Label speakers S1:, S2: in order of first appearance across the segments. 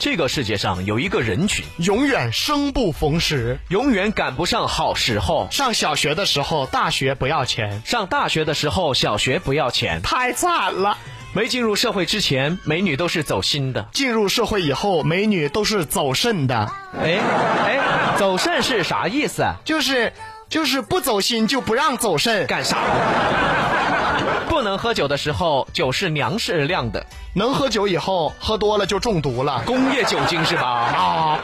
S1: 这个世界上有一个人群，
S2: 永远生不逢时。
S1: 永远赶不上好时候。
S2: 上小学的时候，大学不要钱，
S1: 上大学的时候，小学不要钱。
S2: 太赞了。
S1: 没进入社会之前，美女都是走心的。
S2: 进入社会以后，美女都是走肾的，
S1: 哎哎，走肾是啥意思？啊
S2: 就是就是不走心就不让走肾，
S1: 干啥？不能喝酒的时候，酒是娘是酿的，
S2: 能喝酒以后喝多了就中毒了
S1: 工业酒精是吧？
S2: 啊。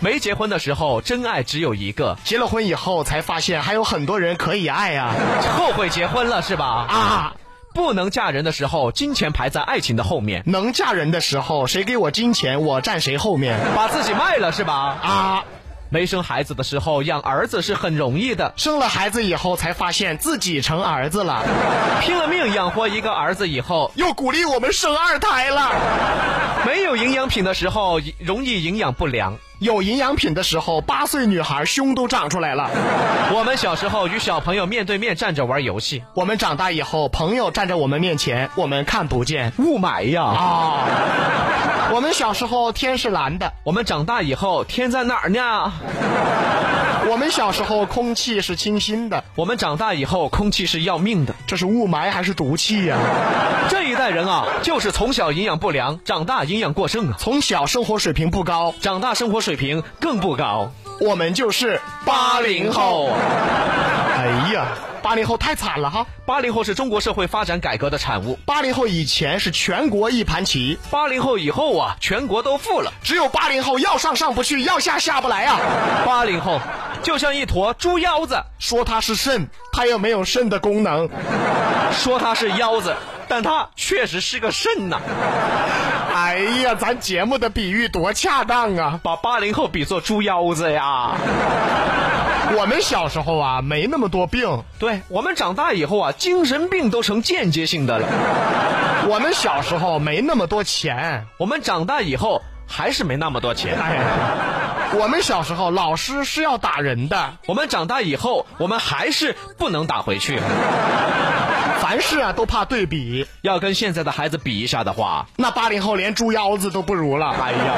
S1: 没结婚的时候，真爱只有一个，
S2: 结了婚以后才发现还有很多人可以爱啊
S1: 后悔结婚了是吧？
S2: 啊！
S1: 不能嫁人的时候，金钱排在爱情的后面，
S2: 能嫁人的时候，谁给我金钱，我站谁后面
S1: 把自己卖了是吧？
S2: 啊！
S1: 没生孩子的时候，养儿子是很容易的，
S2: 生了孩子以后才发现自己成儿子了，
S1: 拼了命养活一个儿子以后，
S2: 又鼓励我们生二胎了。
S1: 没有营养品的时候，容易营养不良。
S2: 有营养品的时候，八岁女孩胸都长出来了。
S1: 我们小时候与小朋友面对面站着玩游戏，
S2: 我们长大以后，朋友站在我们面前，我们看不见
S1: 雾霾呀。
S2: 啊。我们小时候天是蓝的，
S1: 我们长大以后，天在哪儿呢？
S2: 我们小时候空气是清新的，
S1: 我们长大以后，空气是要命的。
S2: 这是雾霾还是毒气呀、
S1: 这一代人啊，就是从小营养不良，长大营养过剩啊，
S2: 从小生活水平不高，
S1: 长大生活水平更不高。
S2: 我们就是。哎呀，八零后太惨了哈！
S1: 八零后是中国社会发展改革的产物，
S2: 八零后以前是全国一盘棋，
S1: 八零后以后啊，全国都富了。
S2: 只有八零后要上上不去，要下下不来啊！
S1: 八零后就像一坨猪腰子，
S2: 说他是肾，他又没有肾的功能。
S1: 说他是腰子，但他确实是个肾呐、
S2: 哎呀，咱节目的比喻多恰当啊！
S1: 把八零后比作猪腰子呀。
S2: 我们小时候啊，没那么多病。
S1: 对我们长大以后啊，精神病都成间接性的了。
S2: 我们小时候没那么多钱，
S1: 我们长大以后还是没那么多钱。
S2: 哎，我们小时候老师是要打人的，
S1: 我们长大以后，我们还是不能打回去。
S2: 凡事啊都怕对比。
S1: 要跟现在的孩子比一下的话，
S2: 那八零后连猪腰子都不如了。
S1: 哎呀，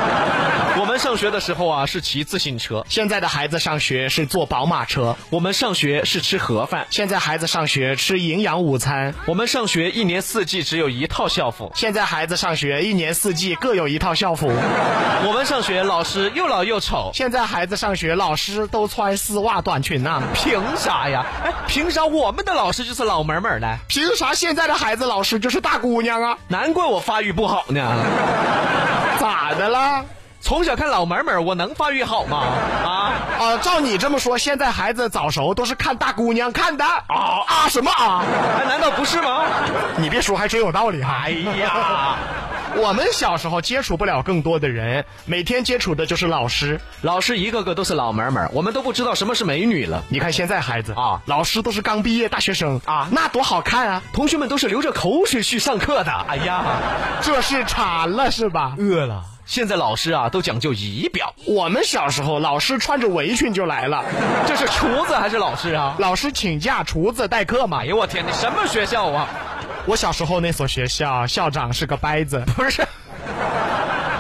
S1: 我们上学的时候啊是骑自行车，
S2: 现在的孩子上学是坐宝马车，
S1: 我们上学是吃盒饭，
S2: 现在孩子上学吃营养午餐，
S1: 我们上学一年四季只有一套校服，
S2: 现在孩子上学一年四季各有一套校服，
S1: 我们上学老师又老又丑，
S2: 现在孩子上学老师都穿丝袜短裙呐、
S1: 凭啥呀？哎，凭啥我们的老师就是老门门呢？
S2: 凭啥现在的孩子老师就是大姑娘啊？
S1: 难怪我发育不好呢，
S2: 咋的啦？
S1: 从小看老门门，我能发育好吗？啊！
S2: 啊，照你这么说，现在孩子早熟都是看大姑娘看的啊啊什么啊？
S1: 哎，难道不是吗？
S2: 你别说，还真有道理哈、
S1: 哎呀，
S2: 我们小时候接触不了更多的人，每天接触的就是老师。
S1: 老师一个个都是老门门，我们都不知道什么是美女了。
S2: 你看现在孩子
S1: 啊
S2: 老师都是刚毕业大学生
S1: 啊
S2: 那多好看啊！
S1: 同学们都是流着口水去上课的。哎呀，
S2: 这是馋了是吧？
S1: 饿了。现在老师啊都讲究仪表，
S2: 我们小时候老师穿着围裙就来了，
S1: 这是厨子还是老师啊？
S2: 老师请假，厨子代课嘛
S1: 哎。呦我天，你什么学校啊？
S2: 我小时候那所学校校长是个掰子，
S1: 不是，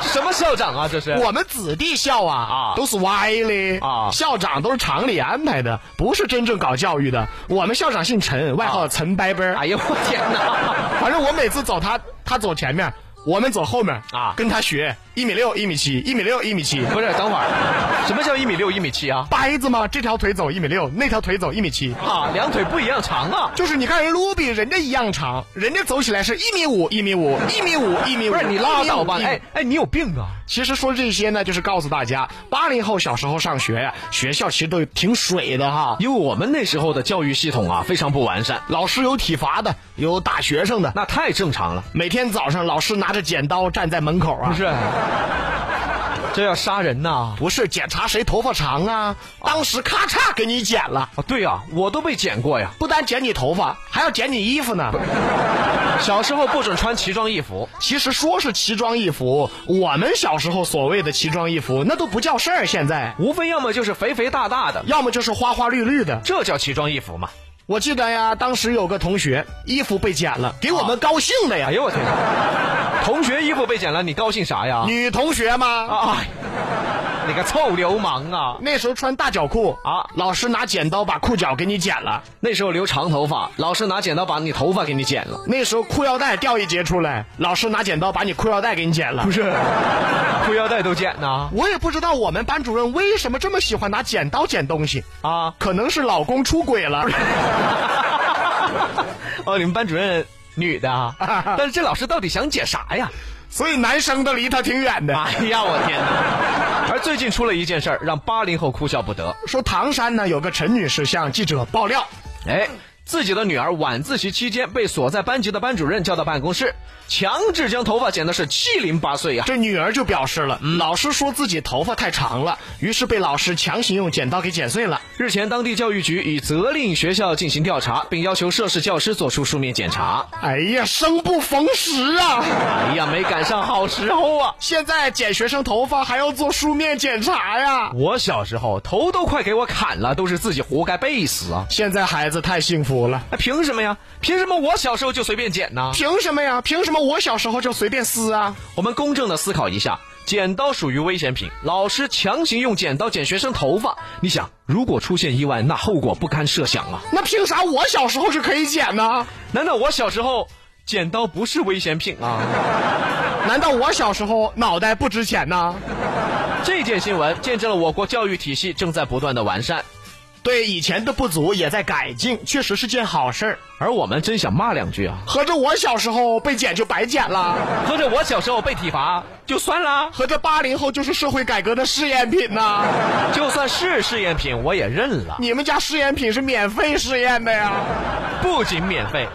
S1: 什么校长啊？这 是
S2: 我们子弟校啊
S1: 啊
S2: 都是歪的
S1: 啊
S2: 校长都是厂里安排的，不是真正搞教育的。我们校长姓陈，外号
S1: 啊
S2: 陈掰掰儿。
S1: 哎呦我天哪！
S2: 反正我每次走他，他走前面，我们走后面
S1: 啊
S2: 跟他学一米六、一米七、一米六、一米七。
S1: 不是，等会儿，什么叫一米六一米七啊？
S2: 掰子嘛，这条腿走一米六，那条腿走一米七，
S1: 啊，两腿不一样长啊！
S2: 就是你看人卢比人家一样长，人家走起来是一米五、一米五、一米五、一米五。
S1: 不是你拉倒吧？
S2: 一米五
S1: 哎，哎，你有病啊！
S2: 其实说这些呢，就是告诉大家，八零后小时候上学呀，学校其实都挺水的哈，
S1: 因为我们那时候的教育系统啊非常不完善，
S2: 老师有体罚的，有打学生的。
S1: 那太正常了。
S2: 每天早上，老师拿着剪刀站在门口啊，
S1: 不是，这要杀人呐！
S2: 不是检查谁头发长啊，当时咔嚓给你剪了。
S1: 啊，对呀、我都被剪过呀。
S2: 不单剪你头发，还要剪你衣服呢。
S1: 小时候不准穿奇装异服，
S2: 其实说是奇装异服，我们小时候所谓的奇装异服，那都不叫事儿。现在，
S1: 无非要么就是肥肥大大的，
S2: 要么就是花花绿绿的。
S1: 这叫奇装异服嘛。
S2: 我记得呀，当时有个同学衣服被剪了，给我们高兴的呀。
S1: 哎呦我天！同学衣服被捡了，你高兴啥呀？
S2: 女同学吗？
S1: 啊，哎你个臭流氓啊！
S2: 那时候穿大脚裤
S1: 啊
S2: 老师拿剪刀把裤脚给你剪了。
S1: 那时候留长头发，老师拿剪刀把你头发给你剪了。
S2: 那时候裤腰带掉一截出来，老师拿剪刀把你裤腰带给你剪了。
S1: 是，裤腰带都剪呐
S2: 我也不知道我们班主任为什么这么喜欢拿剪刀剪东西，
S1: 啊！
S2: 可能是老公出轨了。
S1: 哦，你们班主任女的啊，但是这老师到底想剪啥呀？
S2: 所以男生都离他挺远的。
S1: 哎呀，我天哪！而最近出了一件事儿，让八零后哭笑不得。
S2: 说唐山呢有个陈女士向记者爆料，
S1: 哎，自己的女儿晚自习期间被所在班级的班主任叫到办公室，强制将头发剪的是七零八碎呀、
S2: 这女儿就表示了，老师说自己头发太长了，于是被老师强行用剪刀给剪碎了。
S1: 日前，当地教育局已责令学校进行调查，并要求涉事教师作出书面检查。
S2: 哎呀，生不逢时 啊！
S1: 哎呀，没赶上好时候啊！
S2: 现在剪学生头发还要做书面检查呀。
S1: 我小时候头都快给我砍了，都是自己活该背死啊！
S2: 现在孩子太幸福了，
S1: 哎，凭什么呀？凭什么我小时候就随便剪呢？
S2: 凭什么呀？凭什么我小时候就随便撕啊？
S1: 我们公正的思考一下，剪刀属于危险品，老师强行用剪刀剪学生头发，你想，如果出现意外，那后果不堪设想啊！
S2: 那凭啥我小时候就可以剪呢？
S1: 难道我小时候剪刀不是危险品啊？
S2: 难道我小时候脑袋不值钱呢？
S1: 这件新闻见证了我国教育体系正在不断的完善，
S2: 对以前的不足也在改进，确实是件好事儿。
S1: 而我们真想骂两句啊！
S2: 合着我小时候被剪就白剪了，
S1: 合着我小时候被体罚就算啦，
S2: 合着八零后就是社会改革的试验品呐、
S1: 就算是试验品我也认了，
S2: 你们家试验品是免费试验的呀？
S1: 不仅免费，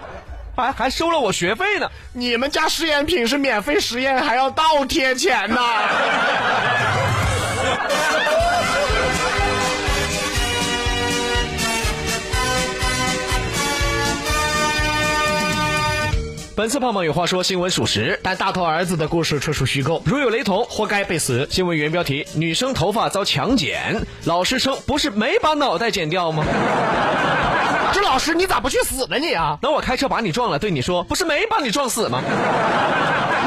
S1: 还还收了我学费呢。
S2: 你们家试验品是免费实验，还要倒贴钱呐、
S1: 本次胖胖有话说新闻属实，
S2: 但大头儿子的故事纯属虚构，
S1: 如有雷同，
S2: 活该被死。
S1: 新闻原标题：女生头发遭强剪，老师称不是没把脑袋剪掉吗？
S2: 这老师你咋不去死呢你啊？
S1: 那我开车把你撞了，对你说不是没把你撞死吗？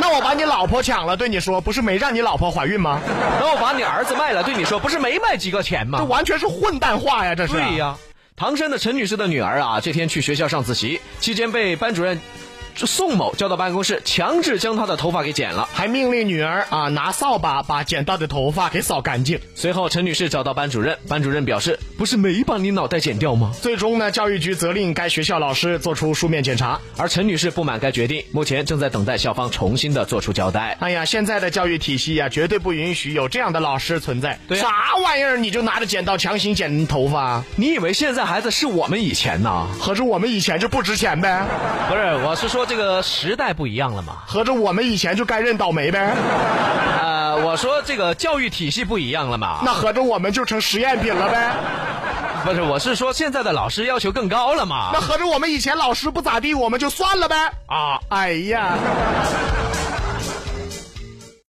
S2: 那我把你老婆抢了，对你说不是没让你老婆怀孕吗？
S1: 那我把你儿子卖了，对你说不是没卖几个钱
S2: 这
S1: 吗？
S2: 完全是混蛋话呀！这是
S1: 对呀、唐山的陈女士的女儿啊，这天去学校上自习，期间被班主任宋某叫到办公室，强制将她的头发给剪了。
S2: 还命令女儿啊拿扫把把剪到的头发给扫干净。
S1: 随后，陈女士找到班主任，班主任表示不是没把你脑袋剪掉吗？
S2: 最终呢，教育局责令该学校老师做出书面检查。
S1: 而陈女士不满该决定，目前正在等待校方重新的做出交代。
S2: 哎呀，现在的教育体系呀、绝对不允许有这样的老师存在。
S1: 对呀
S2: 啥玩意儿？你就拿着剪刀强行剪头发？啊
S1: 你以为现在孩子是我们以前呐？
S2: 合着我们以前就不值钱呗？
S1: 不是，我是说这个时代不一样了嘛。
S2: 合着我们以前就该认倒霉呗？
S1: 呃，我说这个教育体系不一样了嘛。
S2: 那合着我们就成实验品了呗？
S1: 不是，我是说现在的老师要求更高了嘛
S2: 那。合着我们以前老师不咋地，我们就算了呗？
S1: 啊，
S2: 哎呀！